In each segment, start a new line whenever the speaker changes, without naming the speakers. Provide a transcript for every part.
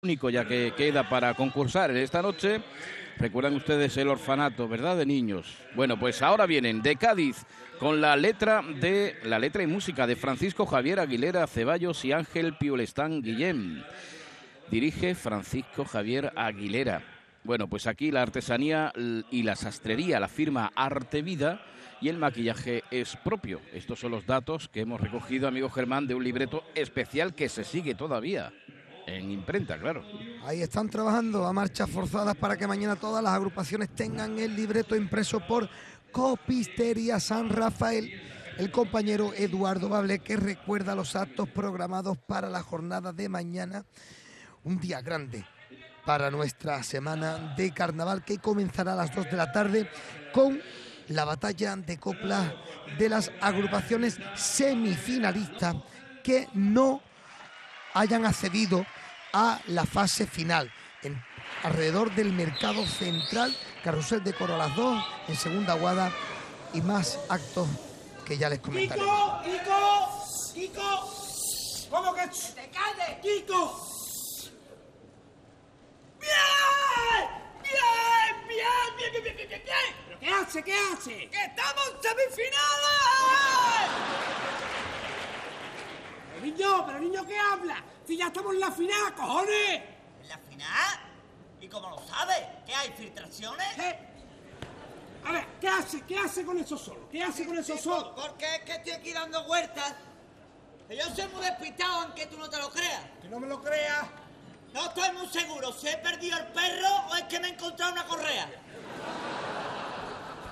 Único ya que queda para concursar en esta noche. Recuerdan ustedes el orfanato, ¿verdad? De niños. Bueno, pues ahora vienen de Cádiz con la letra de la letra y música de Francisco Javier Aguilera Ceballos y Ángel Piolestán Guillén. Dirige Francisco Javier Aguilera. Bueno, pues aquí la artesanía y la sastrería la firma Arte Vida y el maquillaje es propio. Estos son los datos que hemos recogido, amigo Germán, de un libreto especial que se sigue todavía. En imprenta, claro.
Ahí están trabajando a marchas forzadas para que mañana todas las agrupaciones tengan el libreto impreso por Copistería San Rafael. El compañero Eduardo Bable que recuerda los actos programados para la jornada de mañana. Un día grande para nuestra semana de carnaval que comenzará a las 2 de la tarde con la batalla de coplas de las agrupaciones semifinalistas que no hayan accedido a la fase final. En, alrededor del mercado central, Carrusel de Coro a las 2, en segunda guada y más actos que ya les comentaré.
¡Kiko! ¡Kiko! ¡Kiko! ¿Cómo que? ¡Te calles! ¡Kiko! ¡Bien! ¡Bien! ¡Bien! ¡Bien! ¡Bien! ¡Bien! ¡Bien! bien! ¿Pero qué hace? ¿Qué hace? ¡Que estamos en semifinales! Pero niño, pero niño, ¿qué habla? Si ya estamos en la final, cojones.
¿En la final? ¿Y cómo lo sabes? ¿Que hay filtraciones?
¿Qué? A ver, ¿qué hace? ¿Qué hace con eso solo? ¿Qué hace con eso
Sí,
solo?
por- Porque es que estoy aquí dando vueltas. Que Yo soy muy despistado, aunque tú no te lo creas.
Que no me lo creas.
No estoy muy seguro si he perdido el perro o es que me he encontrado una correa.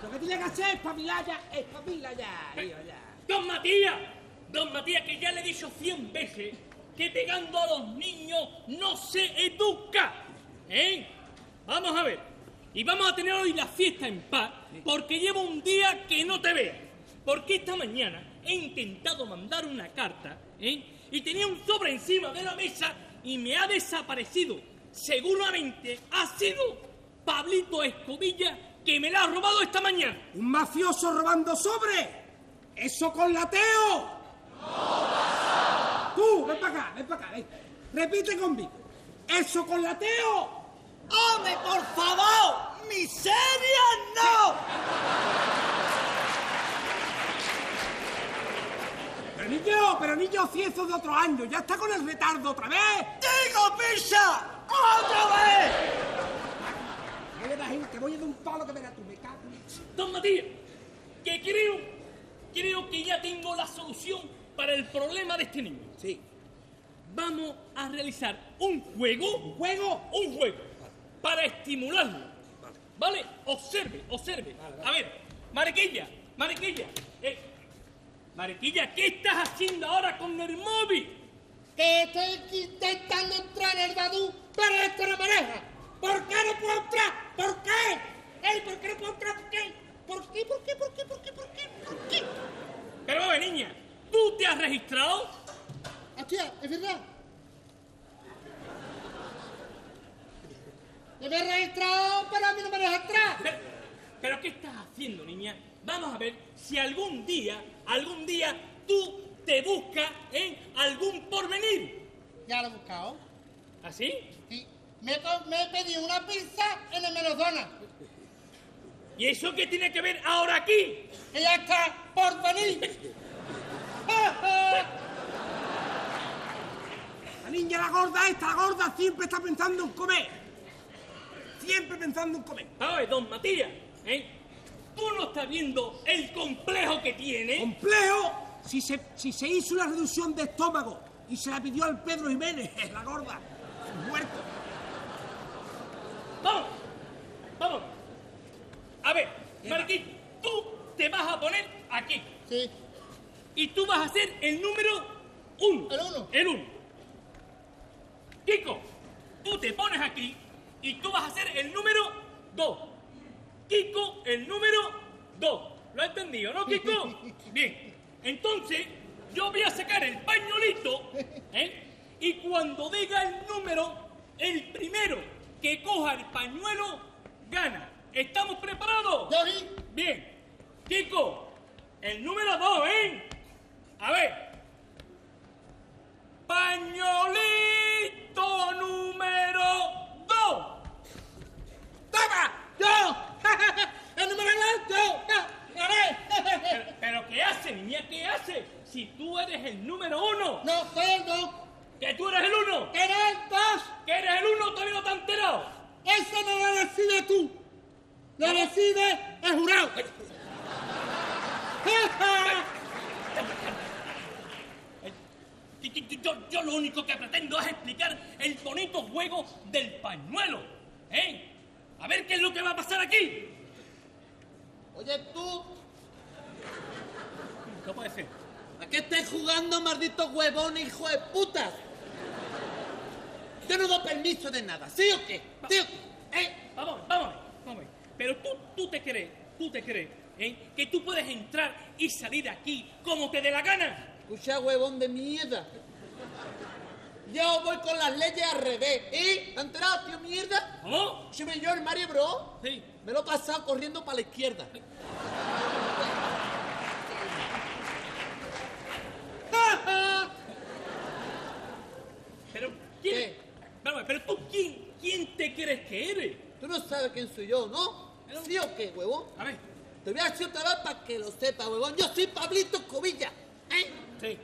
Lo que tiene que hacer es espabilar ya, espabila ya, tío, ya.
Don Matías, don Matías, que ya le he dicho cien veces que pegando a los niños no se educa. ¿Eh? Vamos a ver. Y vamos a tener hoy la fiesta en paz porque llevo un día que no te veo. Porque esta mañana he intentado mandar una carta ¿eh? y tenía un sobre encima de la mesa y me ha desaparecido. Seguramente ha sido Pablito Escobilla que me la ha robado esta mañana.
Un mafioso robando sobre. Eso con lateo. Tú, ven para acá, ven para acá, ven. Repite conmigo. Eso con lateo.
¡Hombre, por favor! ¡Miseria no!
Pero niño, pero niño, si eso de otro año, ya está con el retardo otra vez.
¡Digo pizza! ¡Otra vez!
No le das el- te voy a dar un palo que verás tú, me cago. en-
Don Matías, que creo, creo que ya tengo la solución para el problema de este niño.
Sí.
Vamos a realizar un juego. ¿Un
juego?
Un juego. Para estimularlo. Vale. Observe, observe. A ver, Mariquilla, Mariquilla. eh, Mariquilla, ¿qué estás haciendo ahora con el móvil?
Que estoy intentando entrar en el Badú, pero esto no me deja. ¿Por qué no puedo entrar? ¿Por qué? Ey, ¿Por qué no puedo entrar? ¿Por qué? ¿Por qué? ¿Por qué? ¿Por qué? ¿Por qué? ¿Por qué? ¿Por qué?
Pero, a ver, niña, ¿tú te has registrado?
Hostia, es verdad. Yo me he registrado, pero a mí no me deja entrar.
Pero, pero ¿qué estás haciendo, niña? Vamos a ver si algún día, algún día tú te buscas en algún porvenir.
Ya lo he buscado.
¿Así?
Sí. Me, he co- me he pedido una pizza en el Melodona.
¿Y eso qué tiene que ver ahora aquí?
Que ya está por venir.
La niña, la gorda esta, la gorda, siempre está pensando en comer. Siempre pensando en comer.
A ver, don Matías, ¿eh? ¿Tú no estás viendo el complejo que tiene?
Complejo, si se, si se hizo una reducción de estómago y se la pidió al Pedro Jiménez, la gorda, muerto.
¡Vamos! ¡Vamos! A ver, Marquín, tú te vas a poner aquí.
Sí.
Y tú vas a ser el número uno.
El uno.
El uno. Kiko, tú tú te pones aquí y tú vas a ser el número 2. Kiko, el número 2. ¿Lo has entendido, no, Kiko? Bien. Entonces, yo voy a sacar el pañolito, ¿eh? Y cuando diga el número, el primero que coja el pañuelo gana. ¿Estamos preparados?
Yo sí.
Bien. Kiko, el número 2, ¿eh? A ver. Pañolito número 2.
¡Toma! ¡Yo! ¡El número es yo! ¡Gané!
Pero, pero ¿qué hace, niña? ¿Qué hace? Si tú eres el número uno,
No, soy el dos.
que tú eres el uno,
¡Era el dos!
que eres el uno, todavía no te has enterado.
¡Eso no lo decides tú! ¡Lo decide el jurado!
Y- y- y Yo, yo lo único que pretendo es explicar el bonito juego del pañuelo. ¿Eh? A ver qué es lo que va a pasar aquí.
Oye, tú,
No puede ser.
¿a qué estás jugando, maldito huevón, hijo de putas? Yo no doy permiso de nada, ¿sí o qué? ¿Sí o qué? ¿Eh?
Vamos, vamos, vamos. Pero tú, tú te crees, tú te crees, ¿eh? que tú puedes entrar y salir aquí como te dé la gana.
Escucha, huevón de mierda. Yo voy con las leyes al revés, ¿eh? ¿Te has enterado, tío mierda?
¿Cómo?
Escúchame, yo el Mario Bro
Sí.
me lo he pasado corriendo para la izquierda.
Pero, ¿quién?
¿Qué?
Vamos, pero tú, ¿quién, quién te crees que eres?
Tú no sabes quién soy yo, ¿no? ¿Sí o qué, huevón?
A ver,
Te voy a decir otra vez para que lo sepa, huevón. Yo soy Pablito Escobilla, ¿eh?
sí,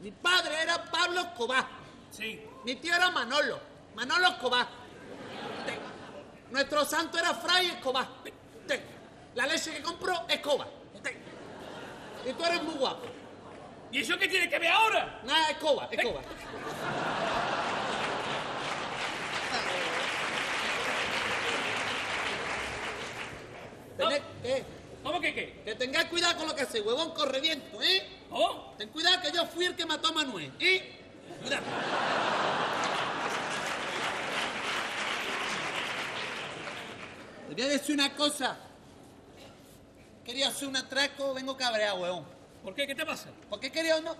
Mi padre era Pablo Escobar.
sí.
Mi tío era Manolo. Manolo Escobar. Te- Nuestro santo era Fray Escobar. Te- La leche que compró, Escoba. Te- Y tú eres muy guapo.
¿Y eso qué tiene que ver ahora? Eh,
Nada, Escoba, Escoba. Tenés- eh,
¿Cómo que qué?
que tengas cuidado con lo que haces, huevón correviento, ¿eh?
¿Cómo?
Ten cuidado que yo fui el que mató a Manuel, ¿eh? Cuidado. Te voy a decir una cosa. Quería hacer un atraco, vengo cabreado, weón.
¿Por qué? ¿Qué te pasa?
Porque quería no,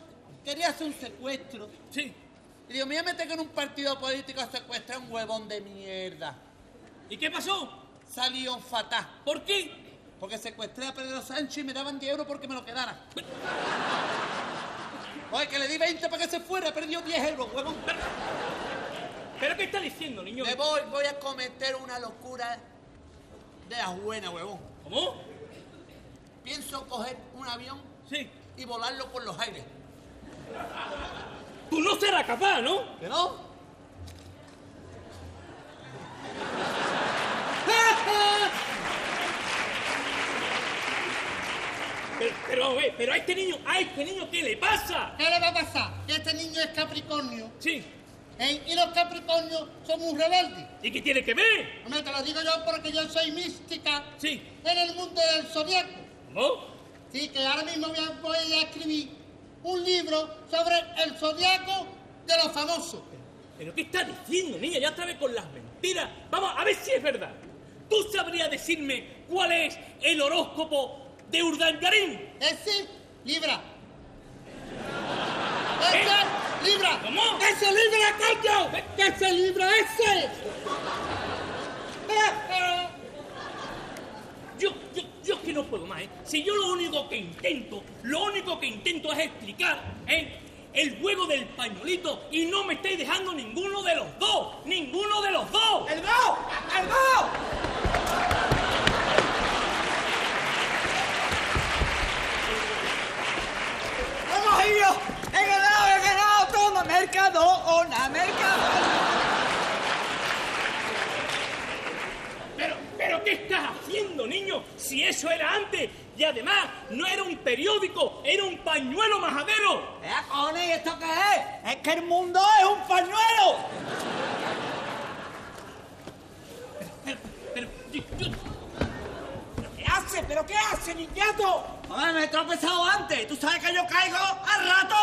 quería hacer un secuestro.
Sí.
Y digo, me voy a meter con un partido político a secuestrar a un huevón de mierda.
¿Y qué pasó?
Salió fatal.
¿Por qué?
Porque secuestré a Pedro Sánchez y me daban 10 euros porque me lo quedara. Oye, que le di 20 para que se fuera, perdió 10 euros, huevón.
¿Pero qué estás diciendo, niño?
Me voy, voy a cometer una locura de las buenas, huevón.
¿Cómo?
Pienso coger un avión
Sí.
y volarlo por los aires.
Tú no serás capaz, ¿no?
¿Que no?
Pero, pero, vamos a ver, pero a este niño, a este niño, ¿qué le pasa?
¿Qué le va a pasar? Que este niño es Capricornio.
Sí.
¿eh? Y los Capricornios son muy rebeldes.
¿Y qué tiene que ver?
Hombre, te lo digo yo porque yo soy mística
Sí.
en el mundo del zodiaco.
¿Cómo?
Sí, que ahora mismo voy a, voy a escribir un libro sobre el zodiaco de los famosos.
¿Pero qué estás diciendo, niña? Ya otra vez con las mentiras. Vamos, a ver si es verdad. ¿Tú sabrías decirme cuál es el horóscopo de Urdangarín?
Ese, Libra. Ese, Libra.
¿Cómo? ¿Eh?
Ese, Libra, coño. Ese, Libra, ese.
¡Ah! Yo, yo, yo es que no puedo más, ¿eh? Si yo lo único que intento, lo único que intento es explicar, ¿eh? El juego del pañolito y no me estáis dejando ninguno de los dos. ¡Ninguno de los dos!
¡El go! ¡El go! ¡Vamos, ido! ¡He ganado, he ganado! ¡Toma, Mercadona, Mercadona!
Pero, pero ¿qué estás haciendo, niño? Si eso era antes y además no era un periódico, era un pañuelo majadero.
Vea, cojones, ¿y esto qué es? ¡Es que el mundo es un pañuelo!
Pero yo, yo-
¿Qué hace? ¿Pero qué hace, niñato? Hombre, me he tropezado antes. Tú sabes que yo caigo al rato.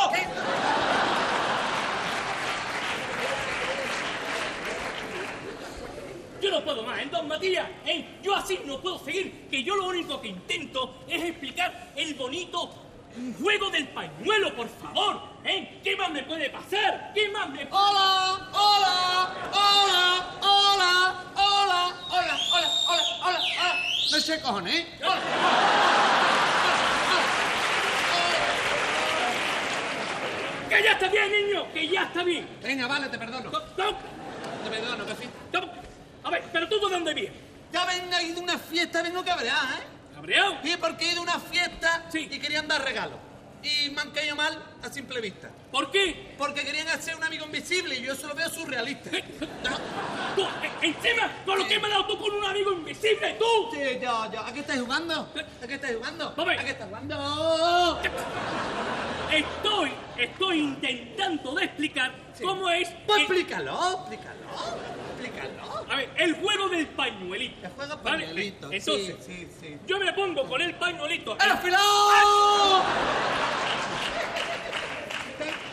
puedo más, ¿eh, don Matías? ¿eh? Yo así no puedo seguir, que yo lo único que intento es explicar el bonito juego del pañuelo, por favor. ¿eh? ¿Qué más me puede pasar? ¿Qué más me puede
Hola, hola, hola, hola, hola, hola, hola, hola, hola, hola. No sé cojones, ¿eh? Hola, hola, hola,
¡Que ya está bien, niño! ¡Que ya está bien!
hola. Venga, vale, te perdono.
No, no,
Te perdono, que sí.
no. A ver, ¿pero tú de dónde vienes?
Ya vengo ahí de una fiesta, vengo cabreado, ¿eh?
¿Cabreado?
Sí, porque he ido a una fiesta
Sí.
y querían dar regalos. Y me han caído mal a simple vista.
¿Por qué?
Porque querían hacer un amigo invisible y yo eso lo veo surrealista. No.
Tú, eh, encima, con lo que me has dado tú con un amigo invisible, tú. ¿Eh?
Sí, yo, yo. ¿A qué estáis jugando? ¿A qué estáis jugando?
Vamos a ver.
¿A qué estáis jugando?
Estoy, estoy intentando de explicar cómo es...
Pues
el-
explícalo, explícalo, explícalo.
A ver, el juego del pañuelito.
El juego del
¿vale?
pañuelito, sí,
Entonces,
sí, sí.
yo me pongo con el pañuelito.
¡El afilado!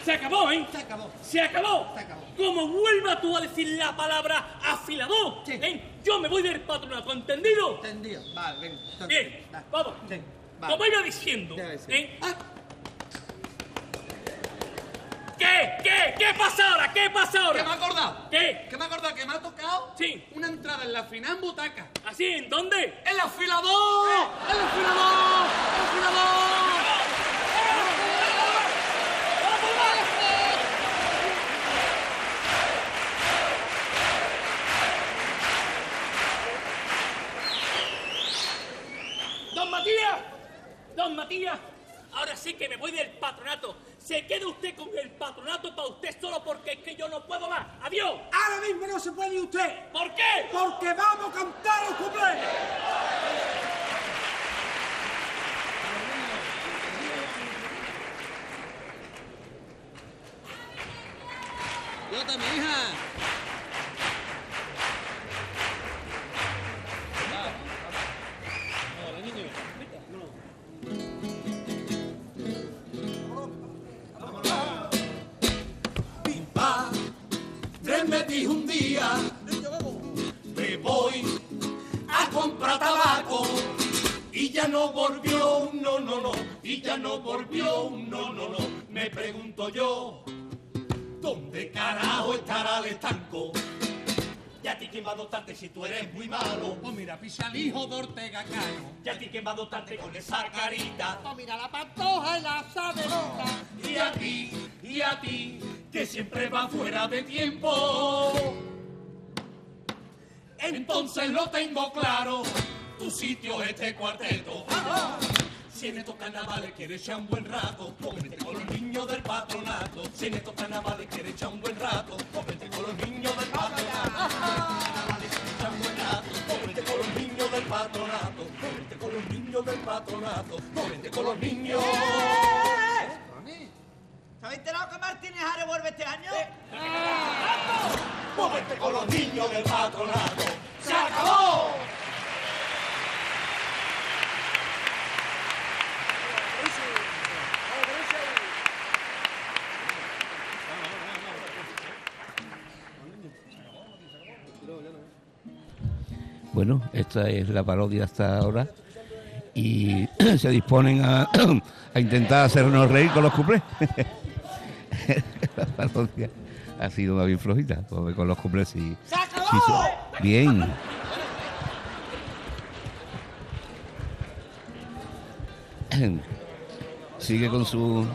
Se acabó, ¿eh?
Se acabó.
Se acabó.
Se acabó.
Como vuelva tú a decir la palabra afilador,
Sí.
¿eh? yo me voy del patronato, ¿entendido?
Entendido. Vale, venga. entonces,
Bien,
va.
vamos.
Sí, vale.
Como iba diciendo,
Debe ser.
¿eh?
Ah,
¿Qué? ¿Qué? ¿Qué pasa ahora? ¿Qué pasa
que me he
ahora?
acordado.
¿Qué?
Que me he acordado que me ha tocado
Sí. Ah,
una entrada en la final en butaca.
¿Así? ¿En dónde? ¡Eh!
¡El afilador! ¡El afilador! ¡El afilador!
¡Don Matías! ¡Don Matías! Ahora sí que me voy del patronato. Se quede usted con el patronato para usted solo porque es que yo no puedo más. ¡Adiós!
Ahora mismo no se puede ir usted,
¿Por qué?
porque vamos a cantar los cumpleaños.
Yo también, hija.
mi pa, Fred me dijo un día, me voy a comprar tabaco. Y ya no volvió, no, no, no, y ya no volvió, no, no, no. Me pregunto yo, ¿dónde carajo estará el estanco? Ya a ti quién va a dotarte si tú eres muy malo.
Pues mira, pisa al hijo de Ortega Cano.
Ya a ti quién va a dotarte con esa carita.
Oh, mira la patoja y la saberona.
Y a ti, y a ti, que siempre va fuera de tiempo. Entonces lo tengo claro, tu sitio es este cuarteto. Si en estos carnavales quieres echar un buen rato, cómete con los niños del patronato. Si en estos carnavales quieres echar un buen rato, cómete con los niños del patronato. Si en estos carnavales quieres echar un buen rato, cómete con los niños del patronato. Cómete con los niños del patronato. Cómete con los niños.
¿Se habéis enterado que Martínez Ares vuelve este año?
Móvete con los niños del patronato. ¡Se acabó!
Bueno, esta es la parodia hasta ahora y se disponen a, a intentar hacernos reír con los cuplés. la parodia ha sido una bien flojita, porque con los cuplés sí.
¡Se acabó!
sí son- Bien. Sigue con su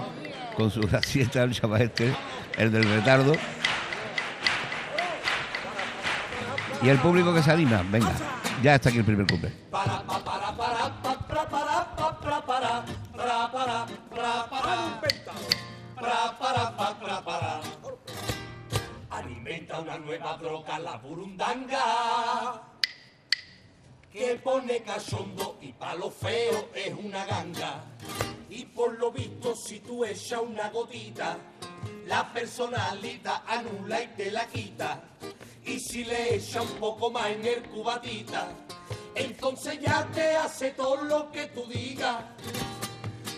con su gracieta el chaval este, el del retardo. Y el público que se anima, venga, ya está aquí el primer cumple.
Alimenta una nueva droga, la burundanga. Que pone cachondo y palo feo es una ganga. Y por lo visto, si tú echas una gotita, la personalidad anula y te la quita. Y si le echa un poco más en el cubatita, entonces ya te hace todo lo que tú digas.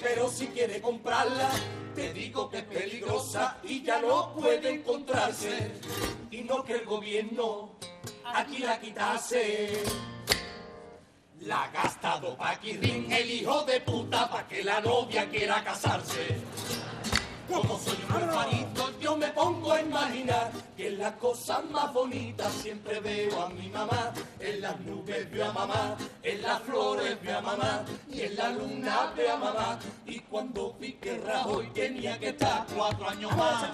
Pero si quiere comprarla, te digo que es peligrosa y ya no puede encontrarse. Y no que el gobierno aquí la quitase. La ha gastado Paquirrin, el hijo de puta, pa' que la novia quiera casarse. Como soy un huerfanito, yo me pongo a imaginar que las cosas más bonitas siempre veo a mi mamá. En las nubes veo a mamá, en las flores veo a mamá y en la luna veo a mamá. Y cuando vi que Rajoy tenía que estar cuatro años más.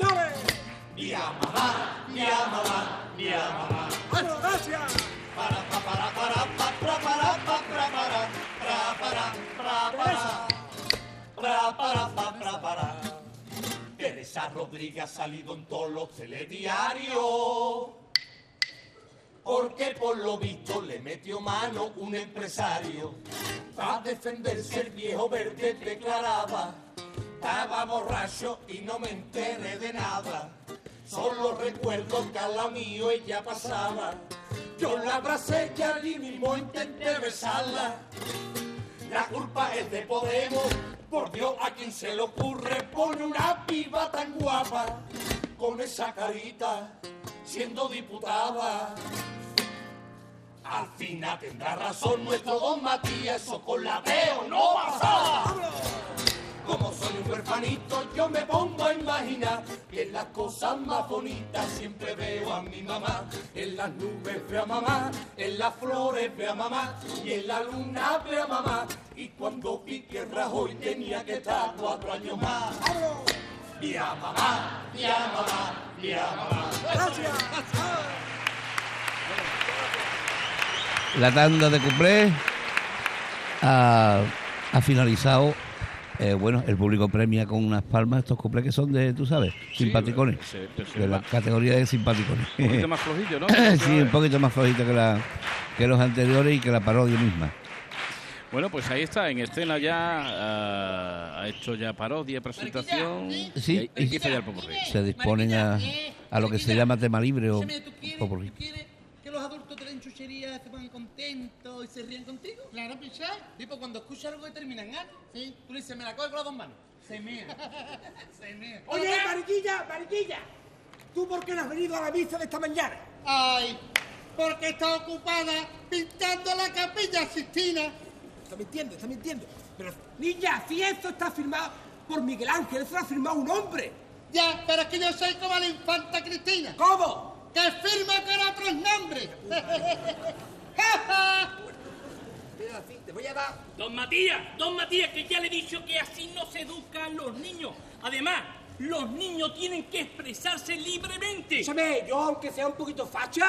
Ni a mamá, ni a mamá, ni a mamá. ¡Bueno, gracias! Para, pa, para, para, pa, pra, para, pa, pra, para, pra, para, pra, para, pra, para, pa, pra, para. Teresa Rodríguez ha salido en todos los telediarios. Porque por lo visto le metió mano un empresario. Para defenderse el viejo verde declaraba. Estaba borracho y no me enteré de nada. Solo recuerdo que a la mío ella pasaba. Yo la abracé y allí mismo intenté besarla. La culpa es de Podemos, por Dios a quien se le ocurre pone una piba tan guapa con esa carita siendo diputada. Al final tendrá razón nuestro don Matías, eso con la veo no pasaba. Como soy un huerfanito, yo me pongo a imaginar que en las cosas más bonitas siempre veo a mi mamá. En las nubes veo a mamá, en las flores veo a mamá y en la luna veo a mamá. Y cuando vi que Rajoy tenía que estar cuatro años más, vi a mamá, vi a mamá, vi a mamá.
La tanda de cuplés ha, ha finalizado. Eh, bueno, el público premia con unas palmas estos cuplés que son de, tú sabes, simpaticones.
sí, pues, sí,
de la
va.
categoría de simpaticones.
Un poquito más flojillo, ¿no?
sí, un poquito más flojito que, la, que los anteriores y que la parodia misma.
Bueno, pues ahí está, en escena ya ah, ha hecho ya parodia, presentación. Y
Sí,
ahí- ahí empieza ya el popurrí.
se disponen a, a lo que se llama tema libre o popurrí.
que los adultos te den chucherías, se pongan contentos y se rían contigo? Claro, pichá. Tipo, cuando escuchas algo que termina en ano, sí. tú le dices, me la coge con las dos manos. Se mea. se mea.
Oye, Mariquilla, Mariquilla, ¿tú por qué no has venido a la misa de esta mañana?
Ay, porque está ocupada pintando la capilla Sistina.
Está mintiendo, está mintiendo. Pero, niña, si esto está firmado por Miguel Ángel, eso lo ha firmado un hombre.
Ya, pero es que yo soy como la infanta Cristina.
¿Cómo?
Que firma con otros nombres. ¡Ja, ja!
Te voy a dar.
Don Matías, don Matías, que ya le he dicho que así no se educan los niños. Además, los niños tienen que expresarse libremente.
Escúchame, eh, yo, aunque sea un poquito facha,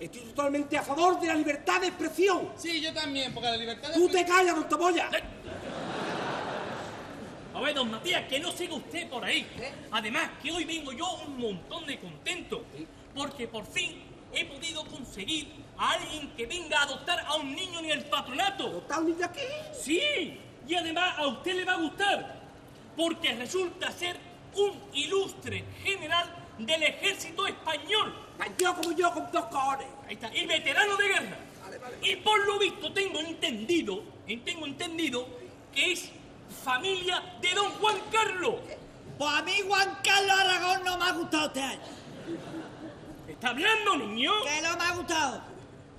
estoy totalmente a favor de la libertad de expresión.
Sí, yo también, porque la libertad de
Tú te callas, don Topolla.
A ver, don Matías, que no siga usted por ahí. Además, que hoy vengo yo un montón de contento. Porque por fin he podido conseguir a alguien que venga a adoptar a un niño en el patronato.
¿Está un niño aquí?
Sí, y además a usted le va a gustar. Porque resulta ser un ilustre general del ejército español.
Yo como yo, con dos cojones.
Ahí está. Y veterano de guerra. Y por lo visto tengo entendido, eh, tengo entendido que es familia de don Juan Carlos.
Pues a mí Juan Carlos Aragón no me ha gustado este año.
¿Está hablando, niño?
Que no me ha gustado.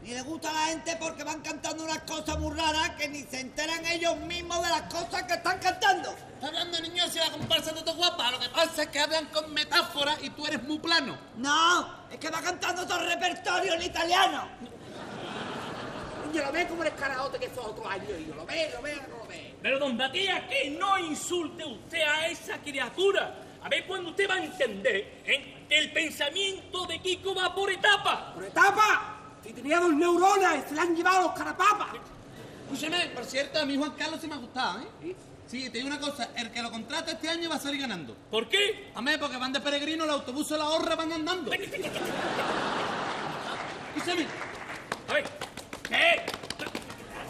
Ni le gusta a la gente porque van cantando unas cosas muy raras que ni se enteran ellos mismos de las cosas que están cantando.
Está hablando niños y la comparsa de tu guapa. Lo que pasa es que hablan con metáforas y tú eres muy plano.
No, es que va cantando todo el repertorio en italiano.
Niño, lo ve como el escarajote que fue otro año. Y yo lo ve, lo ve, no lo ve.
Pero don Matías, que no insulte usted a esa criatura. A ver cuando usted va a entender ¿eh? que el pensamiento de Kiko va por etapas.
¡Por etapa! Si tenía dos neuronas y se las han llevado los carapapas.
Escúchame, por cierto, a mí Juan Carlos se me ha gustado, ¿eh? Sí, te digo una cosa, el que lo contrata este año va a salir ganando.
¿Por qué?
A mí, porque van de peregrino, el autobús se la ahorra, van andando. Escúchame,
A ver. ¿Qué?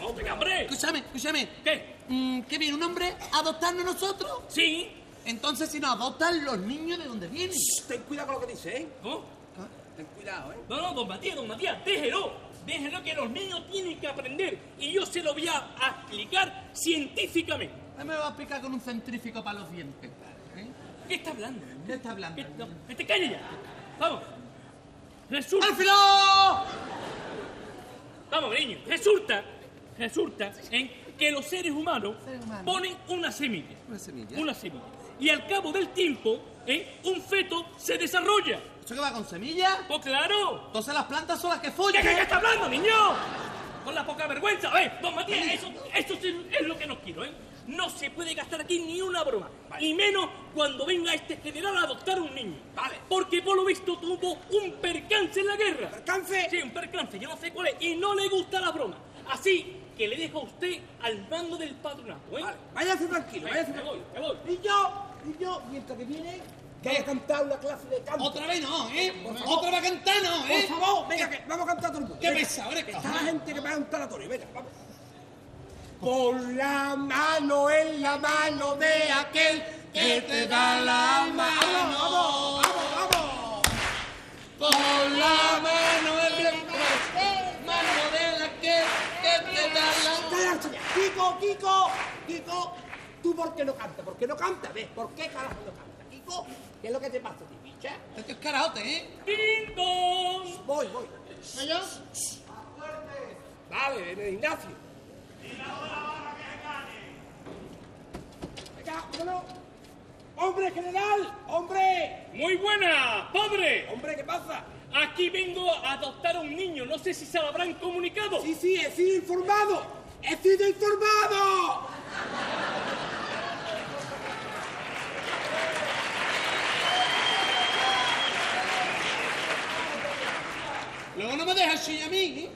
¡No, venga, hombre!
escúchame, escúchame.
¿Qué?
Mm, ¿Qué viene? ¿Un hombre a adoptarnos nosotros?
¿Sí?
Entonces, si nos adoptan los niños de donde vienen.
Ten cuidado con lo que dices, ¿eh?
¿No?
Ten cuidado, ¿eh?
No, no, don Matías, don Matías, déjelo. Déjelo que los niños tienen que aprender. Y yo se lo voy a a explicar científicamente.
No me va a picar con un centrífico para los dientes. ¿eh?
¿Qué está hablando?
¿Qué
este,
está hablando?
¿Qué, no, que te calles ya. Vamos. Resulta.
¡Alfilo!
cabreño. Resulta, resulta en que los seres humanos ponen una semilla. Una semilla. Y al cabo del tiempo, ¿eh? un feto se desarrolla. ¿Eso qué va con semilla? Pues claro. Entonces las plantas son las que follan. ¿Qué, qué, qué está hablando, niño? Con la poca vergüenza. A ver, don Matías, eso, eso sí es lo que nos quiero, ¿eh? No se puede gastar aquí ni una broma. Y menos cuando venga este general a adoptar un niño. Vale. Porque por lo visto tuvo un percance en la guerra. ¿Percance? Sí, un percance, yo no sé cuál es. Y no le gusta la broma. Así que le dejo a usted al mando del patronato, ¿eh?
Váyase tranquilo, váyase
Me voy,
tranquilo.
me voy.
Y yo, y yo, mientras que viene, que haya cantado una clase de canto.
Otra vez no, ¿eh?
Por favor.
Otra va a cantar no, ¿eh?
Por favor, venga, que vamos a cantar todo el mundo.
Qué
venga.
pesado eres,
Que
cabrón.
Está la gente que va a cantar a Tony, venga, vamos. Con la mano en la mano de aquel que te da la mano. ¡Vamos, vamos, vamos! vamos.
Con la mano en la mano de la que, que te da la
Cállate ya. Kiko, Kiko, Kiko, ¿tú por qué no cantas? ¿Por qué no cantas? ¿Ves? ¿Por qué carajo no cantas? Kiko, ¿qué es lo que te pasa a ti, bicha?
Esto es carajote, ¿eh?
Voy, voy.
yo?
Vale, en el Ignacio. Venga, vámonos. ¡Hombre general! ¡Hombre!
Muy buena, padre.
¡Hombre, qué pasa!
Aquí vengo a adoptar a un niño. No sé si se lo habrán comunicado.
Sí, sí, he sido informado. ¡He sido informado!
Luego no me dejas así a mí, ¿eh?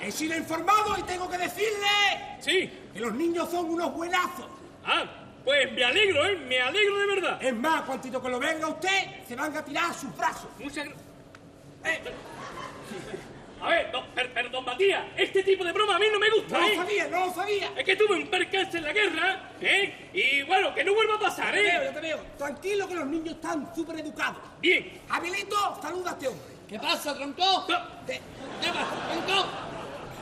He sido informado y tengo que decirle
Sí.
que los niños son unos buenazos.
Ah, pues me alegro, ¿eh? Me alegro de verdad.
Es más, cuantito que lo venga usted, se van a tirar a sus brazos.
Muchas gracias.
Eh,
A ver, don, per- perdón, Matías. Este tipo de broma a mí no me
no
gusta,
lo
¿eh?
sabía, no lo sabía.
Es que tuve un percance en la guerra, ¿eh? Y bueno, que no vuelva a
Yo
pasar,
te veo, yo
¿eh?
te veo. Tranquilo que los niños están súper educados.
Bien.
Abelito, saluda a este hombre.
¿Qué pasa, tronco?
No,
Te-
¿Qué pasa, tronco?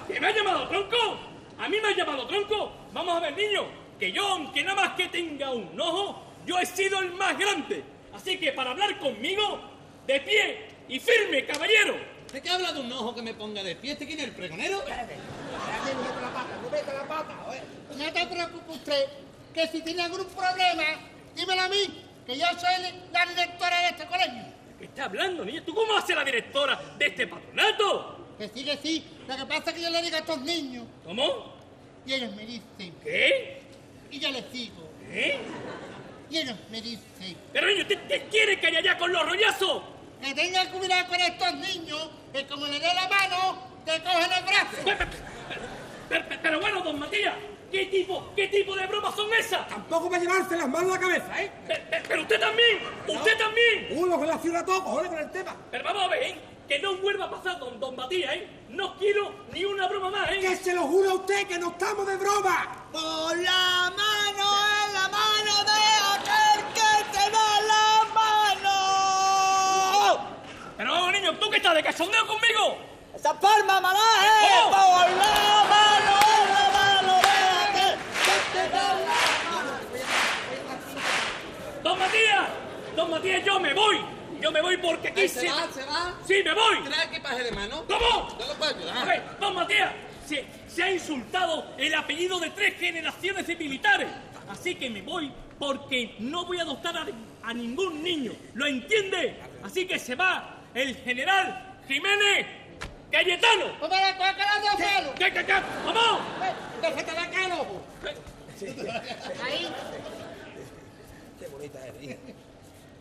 ¿Que me ha llamado tronco? ¿A mí me ha llamado tronco? Vamos a ver, niño, que yo, aunque nada más que tenga un ojo, yo he sido el más grande. Así que para hablar conmigo, de pie y firme, caballero.
¿De qué habla de un ojo que me ponga de pie? ¿Este quién es el pregonero?
Espérate, no meta la pata, no meta la pata. oye.
No te preocupes usted, que si tiene algún problema, dímelo a mí, que yo soy la directora de este colegio.
¿Qué está hablando, niño? ¿Tú cómo hace la directora de este patronato?
Que sí, que sí. Lo que pasa es que yo le digo a estos niños
¿Cómo?
y ellos me dicen,
¿Qué?
y yo les digo,
¿Eh?
y ellos me dicen,
Pero niño, ¿qué, qué quiere que haya allá con los rollazos?
que tengan cuidado con estos niños, que como le dé la mano, te cogen el brazo.
Pero, pero- pero bueno, don Matías, ¿qué tipo, qué tipo de bromas son esas?
Tampoco va a llevarse las manos a la cabeza, ¿eh?
Pe- pe- Pero, usted también, usted también.
Uno relaciona todo, cojones con el tema.
Pero vamos a ver, ¿eh? Que no vuelva a pasar don, don Matías, ¿eh? No quiero ni una broma más, ¿eh?
Que se lo juro a usted que no estamos de broma.
Por la mano en la mano de aquel que te da la mano.
Oh. Pero vamos, niño, ¿tú que estás de cachondeo conmigo?
Esa palma, eh, malaje.
¡Oh!
Por la mano en la mano de aquel que te da la mano.
¡Don Matías! ¡Don Matías, yo me voy! Yo me voy porque aquí
Ahí se
se-
va, se va.
¡Sí, me voy!
Trae equipaje de mano.
¿Cómo?
Yo lo puedo
A
ayudar.
ver, don Matías, se, se ha insultado el apellido de tres generaciones de militares. Así que me voy porque no voy a adoptar a, a ningún niño. ¿Lo entiende? Así que se va el general Jiménez Cayetano.
Vamos a coger los dos manos.
¡Ca, ca, ca! ¡Vamos!
Eh, Que se te va a caer el ojo. Ahí.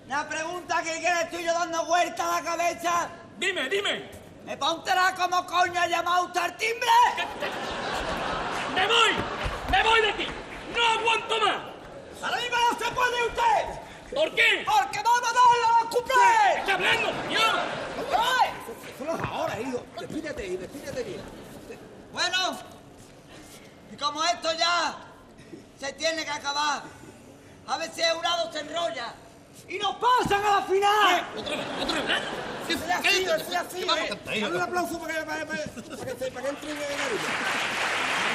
Una pregunta que quieres tú y yo dando vuelta a la cabeza.
Dime, dime.
¿Me pondrá como coño ha llamado usted al timbre?
¡Me voy! ¡Me voy de aquí! ¡No aguanto más!
¡Ahora mismo no se puede usted!
¿Por qué?
¡Porque vamos a darle los
¿Qué
cuplés!
está hablando, señor?
¡Ay!
Solo ahora, hijo. Despídete y despídete bien.
Bueno, y como esto ya se tiene que acabar, a ver si el jurado se enrolla y nos pasan a la final.
Otra vez, otra vez.
Sí, soy así, yo soy así.
¿Qué vamos a
¿eh?
cantar,
Dale
hijo?
un aplauso para que, para, para, para que, se- para que entre en el área.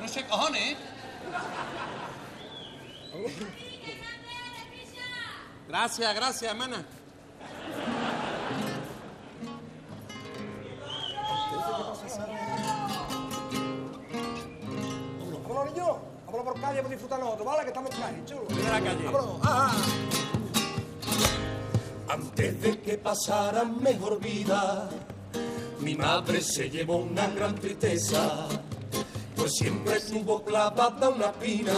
No sé cojones, ¿eh? Gracias, gracias, hermana.
Vámonos, niño. Vámonos por calle, vamos a disfrutar nosotros, ¿vale? Que estamos en calle, chulo.
Mira la calle.
Vámonos. Ajá.
Antes de que pasara mejor vida, mi madre se llevó una gran tristeza, pues siempre tuvo clavada una pina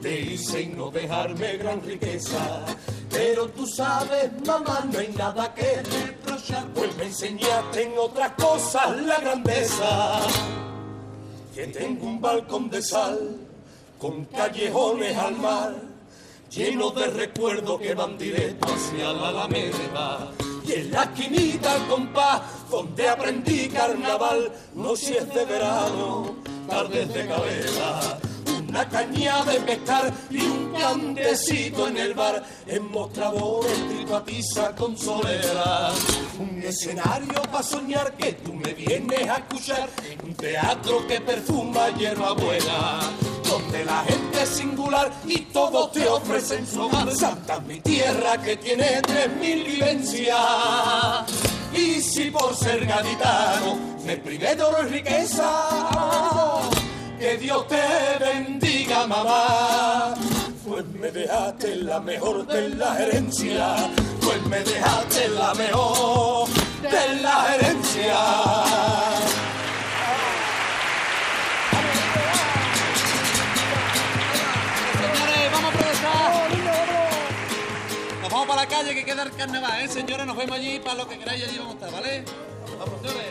de irse y no dejarme gran riqueza. Pero tú sabes, mamá, no hay nada que reprochar, pues me enseñaste en otras cosas la grandeza. Que tengo un balcón de sal, con callejones al mar, lleno de recuerdos que van directo hacia la alameda. Y en la esquinita, compás, donde aprendí carnaval, noches de verano, tardes de cabeza. Una caña de pescar y un cantecito en el bar, en mostradores, tripatiza con solera. Un escenario para soñar que tú me vienes a escuchar, un teatro que perfuma hierba buena, donde la gente es singular y todos te ofrecen su hogar. Santa mi tierra que tiene tres mil vivencias. Y si por ser gaditano me privé de oro y riqueza, que Dios te bendiga, mamá. Pues me dejaste la mejor de la herencia. Pues me dejaste la mejor de la herencia.
Señores, vamos a progresar. Nos vamos para la calle que queda el carnaval, ¿eh? Señores, nos vemos allí para lo que queráis, allí vamos a estar, ¿vale? Vamos, señores.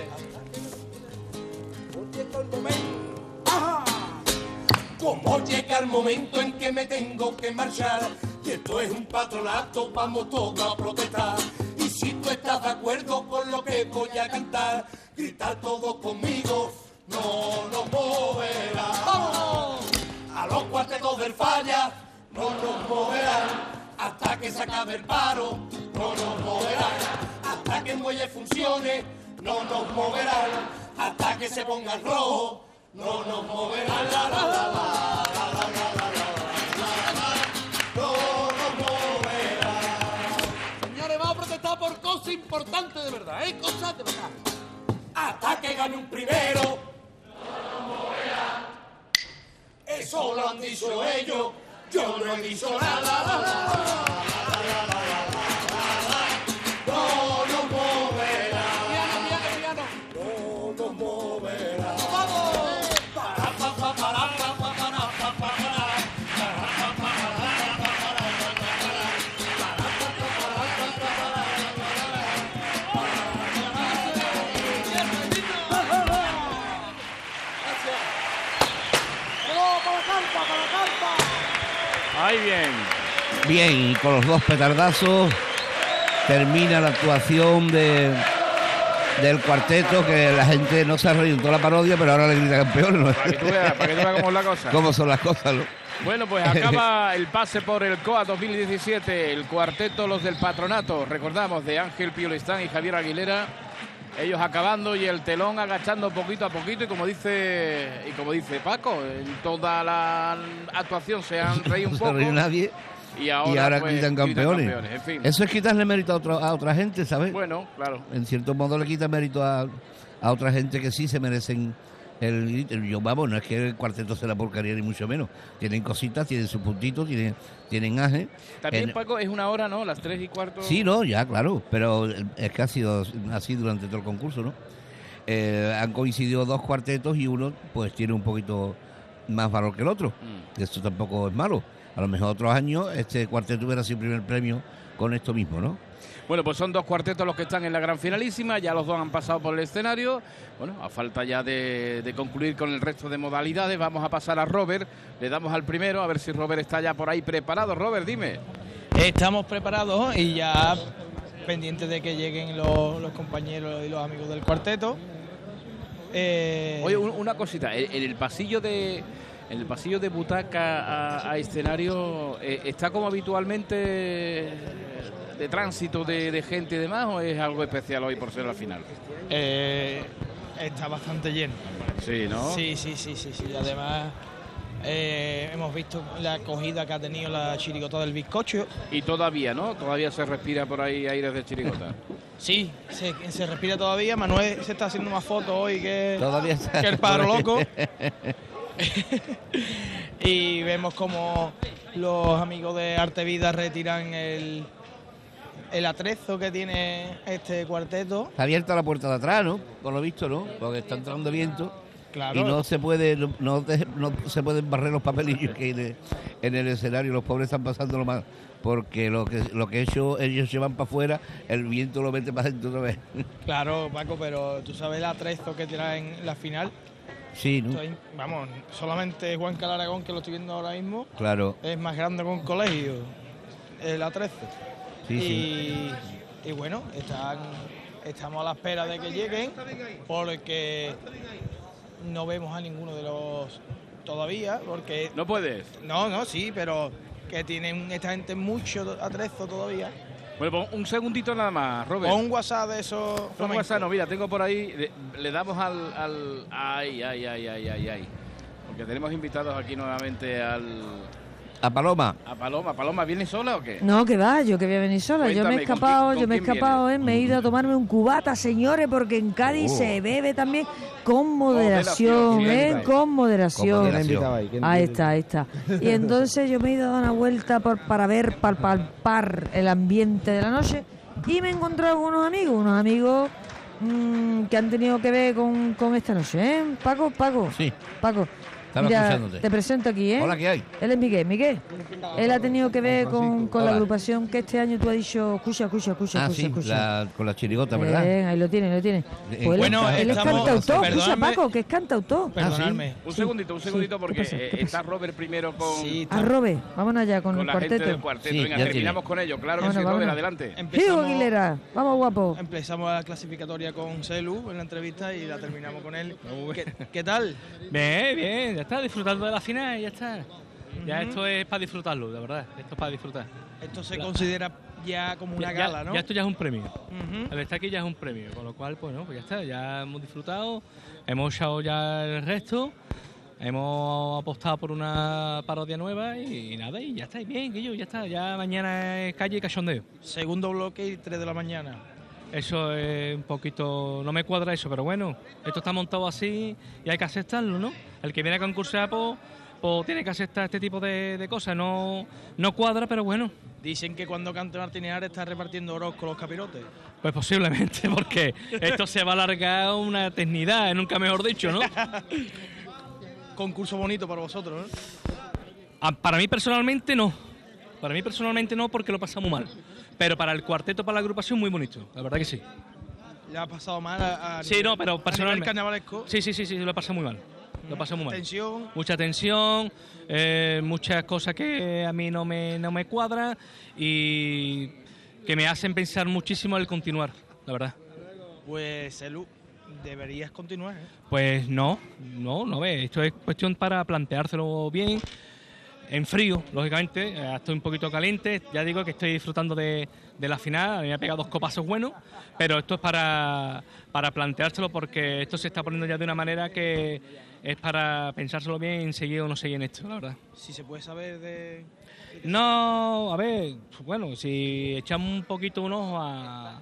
Como llega el momento en que me tengo que marchar, y esto es un patronato, vamos todos a protestar. Y si tú estás de acuerdo con lo que voy a cantar, gritar todos conmigo, no nos moverá. A los cuartetos del falla, no nos moverán. Hasta que se acabe el paro, no nos moverán. Hasta que el muelle funcione, no nos moverán. Hasta que se ponga el rojo, no nos moverán. La, la, la, la.
Señores, vamos a protestar por cosas importantes de verdad, ¿eh? Cosas de verdad.
hasta que gane un primero. No Eso lo han dicho ellos, yo no he dicho nada. La, la, la, la, la, la, la, la, la. No nos moverá. No nos moverá. Pará, pa, pa, pará, pa, pa, pará, pa, pa, pará. Pará, pa, pa, pará, pa, pa, pará, pa, pa, pará. Pará, pa, pa, pará, pa, pa, pará, pa, pa, pará.
Ahí bien.
Bien, y con los dos petardazos termina la actuación de, del cuarteto, que la gente no se ha reído en toda la parodia, pero ahora le grita campeón. ¿no?
Para que tú veas, para que tú veas cómo es la cosa.
Cómo son las cosas, ¿no?
Bueno, pues acaba el pase por el COA 2017, el cuarteto Los del Patronato, recordamos, de Ángel Piolestán y Javier Aguilera. Ellos acabando y el telón agachando poquito a poquito y como dice y como dice Paco, en toda la actuación se han reído un
No se
poco
ha reído nadie.
y ahora,
y ahora
pues,
gritan campeones.
En fin.
Eso es quitarle mérito a, otro- a otra gente, ¿sabes?
Bueno, claro.
En cierto modo le quita mérito a, a otra gente que sí se merecen el grito. Yo, vamos, no es que el cuarteto sea la porcaría ni mucho menos. Tienen cositas, tienen su puntito, tienen, tienen aje.
También
En-
Paco es una hora, ¿no? Las tres y cuarto.
Sí, no, ya, claro, pero es que ha sido así durante todo el concurso, ¿no? Eh, han coincidido dos cuartetos y uno pues tiene un poquito más valor que el otro. Esto tampoco es malo. A lo mejor otros años este cuarteto hubiera sido primer premio con esto mismo, ¿no?
Bueno, pues son dos cuartetos los que están en la gran finalísima, ya los dos han pasado por el escenario. Bueno, a falta ya de, de concluir con el resto de modalidades, vamos a pasar a Robert, le damos al primero, a ver si Robert está ya por ahí preparado. Robert, dime.
Estamos preparados y ya pendientes de que lleguen los, los compañeros y los amigos del cuarteto. Eh,
Oye, un- una cosita, en en el pasillo de... En el pasillo de butaca a, a escenario, eh, ¿está como habitualmente eh, de tránsito de, de gente y demás o es algo especial hoy por ser la final?
eh, está bastante lleno.
Sí, ¿no?
Sí, sí, sí, sí, sí. Además, Eh, hemos visto la acogida que ha tenido la chirigota del bizcocho.
Y todavía, ¿no? Todavía se respira por ahí aires de chirigota.
Sí, se, se respira todavía. Manuel se está haciendo una foto hoy que,
Todavía está-
que el paro loco. y vemos como los amigos de Arte Vida retiran el, el atrezo que tiene este cuarteto.
Está abierta la puerta de atrás, ¿no? Por lo visto, ¿no? Porque está entrando viento.
Claro.
Y no se puede, no, no de- no se pueden barrer los papelillos que hay de- en el escenario. Los pobres están pasando lo mal. Porque lo que lo que ellos, ellos llevan para afuera, el viento lo mete para adentro otra vez.
Claro, Paco, pero tú sabes el atrezo que traen la final.
Sí, ¿no?
Esto es in- Vamos, solamente Juan Calaragón, que lo estoy viendo ahora mismo,
Claro.
es más grande que un colegio, el A13.
Sí,
y,
sí.
y bueno, están, estamos a la espera de que lleguen, porque no vemos a ninguno de los todavía, porque...
¿No puedes?
No, no, sí, pero que tienen esta gente mucho atrezo todavía.
Bueno, pues un segundito nada más, Robert.
Pon un WhatsApp de esos...
Son
flamencos.
guasanos, mira, tengo por ahí, le, le damos al, al- Ay, ay, ay, ay, ay, ay. Porque tenemos invitados aquí nuevamente al...
A Paloma.
A Paloma. ¿Paloma viene sola o qué?
No, que va, yo que voy a venir sola. yo me he
Cuéntame, ¿con
escapado,
quién-
yo
con
me he
quién
escapado, ¿eh? me he ido a tomarme un cubata, señores, porque en Cádiz
Oh.
se bebe también con moderación, ¿eh? con moderación.
¿Quién la invitaba ahí? ¿Quién-
Ahí está, ahí está. Y entonces yo me he ido a dar una vuelta por- para ver, para palpar el ambiente de la noche y me he encontrado con unos amigos, unos amigos mm, que han tenido que ver con, con esta noche, ¿eh? Paco, Paco.
Sí.
Paco.
Estaba escuchándote.
te presento aquí, ¿eh?
Hola, ¿qué hay?
Él es Miguel, Miguel. Él ha tenido que ver con, con la
Hola.
agrupación que este año tú has dicho, escucha, escucha, escucha,
Ah,
escucha,
sí,
Pues escucha. Eh,
la- con la chirigota, ¿verdad?
Bien, ahí lo tiene, lo tiene.
Eh,
Pues él-
bueno,
él es
estamos-
cantautor, escucha
perdóname.
Paco, que es
Ah,
cantautor.
Perdonadme.
Un segundito, un segundito,
Sí,
porque
¿qué pasa?
eh,
¿Qué
está Robert primero con,
Arrobe, vámonos allá con,
con
el
la
cuarteto.
gente del cuarteto. Venga, terminamos con ello. Claro que
Vámonos,
sí, Robert,
vámonos.
adelante.
Diego Aguilera, vamos guapo.
Empezamos la clasificatoria con Celu en la entrevista y la terminamos con él. ¿Qué, qué tal?
Bien, bien, ya está, disfrutando de la final, ya está. Ya
Ujú.
esto es para disfrutarlo, la verdad. Esto es para disfrutar.
Esto se considera ya como una
Ya-
gala,
ya,
¿no?
Ya esto ya es un premio.
Ujú.
El estar aquí ya es un premio, con lo cual, pues, no, pues ya está, ya hemos disfrutado, hemos echado ya el resto, hemos apostado por una parodia nueva y, nada, y ya está, y bien, que yo, ya está, ya mañana es calle y cachondeo.
Segundo bloque y 3 de la mañana.
Eso es un poquito, no me cuadra eso, pero bueno, esto está montado así y hay que aceptarlo, ¿no? El que viene a concursar, pues, pues tiene que aceptar este tipo de, de cosas, no, no cuadra, pero bueno.
Dicen que cuando cante Martínez Ares está repartiendo oros con los capirotes.
Pues posiblemente, porque esto se va a alargar una eternidad, eh, nunca mejor dicho, ¿no?
Concurso bonito para vosotros, ¿eh? ¿no?
Ah, Para mí personalmente no. Para mí personalmente no, porque lo pasamos mal. Pero para el cuarteto, para la agrupación, muy bonito. La verdad que sí.
Le ha pasado mal a, a
Sí, no, pero
a nivel
personalmente.
carnavalesco.
Sí, sí, sí, sí, lo pasa muy mal. Lo pasa muy mal.
Tensión.
Mucha tensión, eh, muchas cosas que a mí no me, no me cuadran y que me hacen pensar muchísimo el continuar, la verdad.
Pues Celu, deberías continuar, ¿eh?
Pues no, no, no ve. Esto es cuestión para planteárselo bien, en frío, lógicamente. Eh, Estoy un poquito caliente. Ya digo que estoy disfrutando de, de la final. A mí me ha pegado dos copazos buenos, pero esto es para, para planteárselo porque esto se está poniendo ya de una manera que es para pensárselo bien, seguir o no seguir en esto, la verdad.
Si se puede saber de...
No, a ver, bueno, si echamos un poquito un ojo a,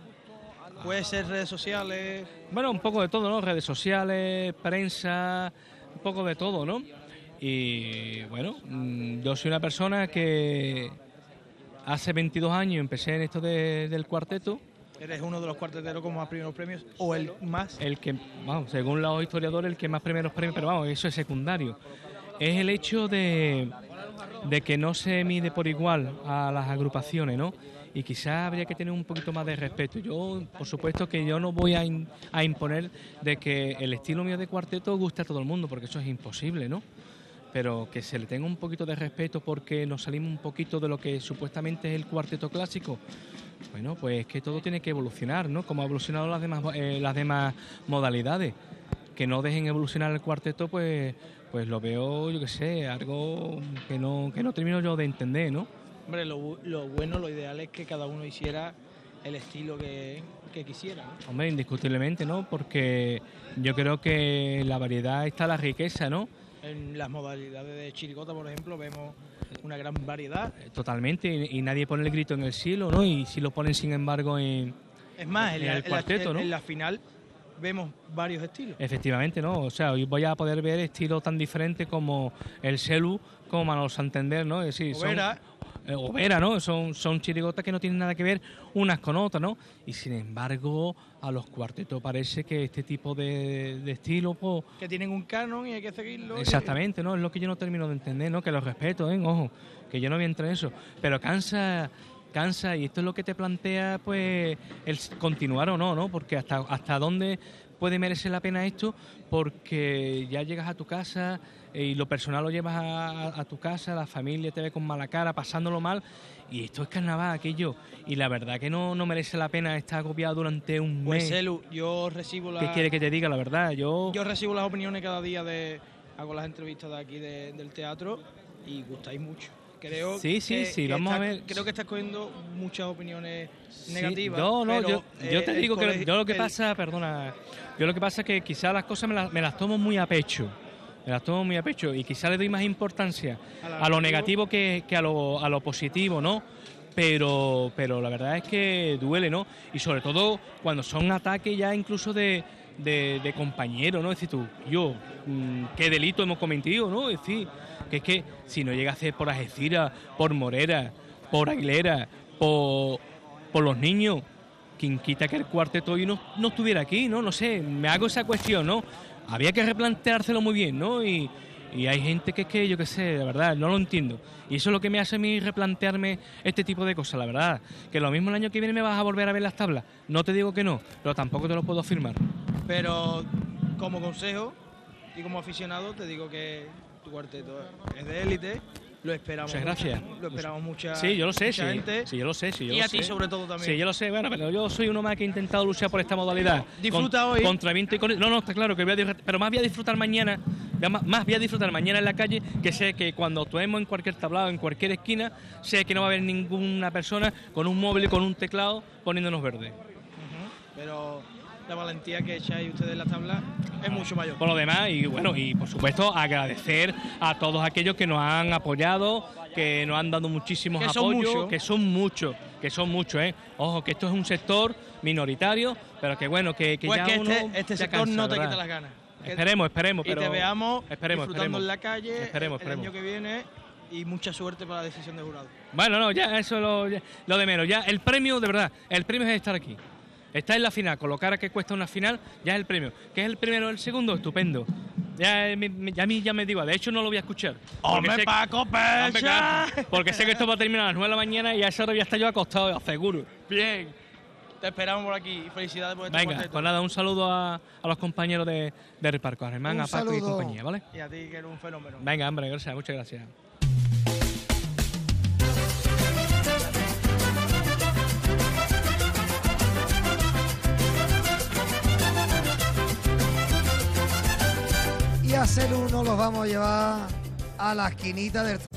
Ah.
Puede ser redes sociales.
bueno, un poco de todo, ¿no? Redes sociales, prensa, un poco de todo, ¿no? Y bueno, mm, yo soy una persona que hace 22 años empecé en esto de- del cuarteto,
Eres uno de los cuarteteros con más primeros premios o el más.
el que, vamos, según los historiadores, el que más primeros premios, pero vamos, eso es secundario. Es el hecho de, de que no se mide por igual a las agrupaciones, ¿no? Y quizás habría que tener un poquito más de respeto. Yo, por supuesto, que yo no voy a, in- a imponer de que el estilo mío de cuarteto guste a todo el mundo, porque eso es imposible, ¿no? Pero que se le tenga un poquito de respeto porque nos salimos un poquito de lo que supuestamente es el cuarteto clásico. Bueno, pues es que todo tiene que evolucionar, ¿no? Como ha evolucionado las demás, eh, las demás modalidades. Que no dejen evolucionar el cuarteto, pues, pues lo veo, yo qué sé, algo que no, que no termino yo de entender, ¿no?
Hombre, lo, bu- lo bueno, lo ideal es que cada uno hiciera el estilo que, que quisiera. ¿no?
Hombre, indiscutiblemente, ¿no? Porque yo creo que la variedad está la riqueza, ¿no?
En las modalidades de chirigota, por ejemplo, vemos una gran variedad.
Totalmente, y, y nadie pone el grito en el cielo, ¿no? Y si lo ponen, sin embargo, en,
Es más, en,
en
la,
el
en la-
cuarteto,
en-
¿no?
en la final vemos varios estilos.
Efectivamente, ¿no? O sea, hoy voy a poder ver estilos tan diferentes como el Celu, como Manolo Santander, ¿no? Es decir, son-
Overa.
eh, Overa, ¿no? Son, son chirigotas que no tienen nada que ver unas con otras, ¿no? Y sin embargo, a los cuartetos parece que este tipo de, de estilo, pues,
Que tienen un canon y hay que seguirlo.
Exactamente, ¿no? Es lo que yo no termino de entender, ¿no? Que los respeto, ¿eh? Ojo, que yo no voy a entrar en eso. Pero cansa, cansa, y esto es lo que te plantea, pues, el s- continuar o no, ¿no? Porque hasta, hasta dónde puede merecer la pena esto, porque ya llegas a tu casa eh, y lo personal lo llevas a, a tu casa, la familia te ve con mala cara, pasándolo mal, y esto es carnaval, aquello. Y la verdad que no, no merece la pena estar agobiado durante un
Pues,
mes.
Celu, yo recibo la...
¿Qué quiere que te diga? La verdad, yo...
Yo recibo las opiniones cada día de. Hago las entrevistas de aquí de- del teatro y gustáis mucho. Creo
Sí, sí,
que-
sí,
que
vamos a
está-
ver.
Creo que estás cogiendo muchas opiniones
Sí,
negativas.
No, no,
pero,
yo, yo
eh,
te
el
digo que
colegio-
yo lo que
el-
pasa, perdona, yo lo que pasa es que quizás las cosas me las, me las tomo muy a pecho. Me las tomo muy a pecho y quizás le doy más importancia
A
a,
la
lo
negativo.
negativo que, que a, lo, a lo positivo, ¿no? Pero, pero la verdad es que duele, ¿no? Y sobre todo cuando son ataques ya incluso de, de, de compañero, ¿no? Es decir, tú, yo, mm, qué delito hemos cometido, ¿no? Es decir, que es que si no llega a ser por Algeciras, por Morera, por Aguilera, por, por los niños, quien quita que el cuarteto hoy no, no estuviera aquí, ¿no? No sé, me hago esa cuestión, ¿no? Había que replanteárselo muy bien, ¿no? Y, y hay gente que es que, yo qué sé, la verdad, no lo entiendo. Y eso es lo que me hace a mí replantearme este tipo de cosas, la verdad. Que lo mismo el año que viene me vas a volver a ver las tablas. No te digo que no, pero tampoco te lo puedo afirmar.
Pero como consejo y como aficionado, te digo que tu cuarteto es de élite. Lo esperamos.
Muchas gracias.
Lo esperamos mucha,
Sí, yo lo sé, sí,
mucha gente.
sí, yo lo sé, sí, yo
Y
lo
a ti
sé.
sobre todo también.
Sí, yo lo sé, bueno, pero yo soy uno más que ha intentado luchar por esta modalidad.
Disfruta
Con-
hoy.
Contra viento y con... No, no, está claro que voy a disfrutar, pero más voy a disfrutar mañana, ya más, más voy a disfrutar mañana en la calle, que sé que cuando actuemos en cualquier tablado, en cualquier esquina, sé que no va a haber ninguna persona con un móvil y con un teclado poniéndonos verde.
Pero la valentía que echáis ustedes en la tabla es mucho mayor.
Ah, Por lo demás, y bueno, y por supuesto agradecer a todos aquellos que nos han apoyado, que nos han dado muchísimos
Que son
apoyos,
muchos.
que son muchos, que son muchos, ¿eh? Ojo, que esto es un sector minoritario, pero que bueno, que, que
pues
ya
que
uno
este, este
ya
sector
cansa,
no te
¿verdad?
quita las ganas. Que-
Esperemos, esperemos,
Y
pero-
te veamos
esperemos,
disfrutando
esperemos.
en la calle
Esperemos,
el
esperemos.
año que viene y mucha suerte para la decisión de jurado.
Bueno, no, ya eso lo, ya- lo de menos. Ya el premio, de verdad, el premio es estar aquí. Está en la final, con lo cara que cuesta una final, ya es el premio. ¿Qué es el primero o el segundo? Estupendo. Ya, eh, me- me- ya a mí ya me digo, de hecho no lo voy a escuchar. Porque
¡Hombre,
sé-
Paco
Hombre,
Pecha!
claro, Porque sé que esto va a terminar a las 9 de la mañana y a esa hora ya está yo acostado, lo aseguro.
Bien, te esperamos por aquí. Felicidades por este
Venga,
cuarteto.
pues nada, un saludo a, a los compañeros de, de Reparco, a Germán,
Un
a Paco y
saludo.
compañía, ¿vale?
Y a ti que eres un fenómeno.
Venga, hombre, gracias, muchas gracias.
Y a ser uno los vamos a llevar a la esquinita del...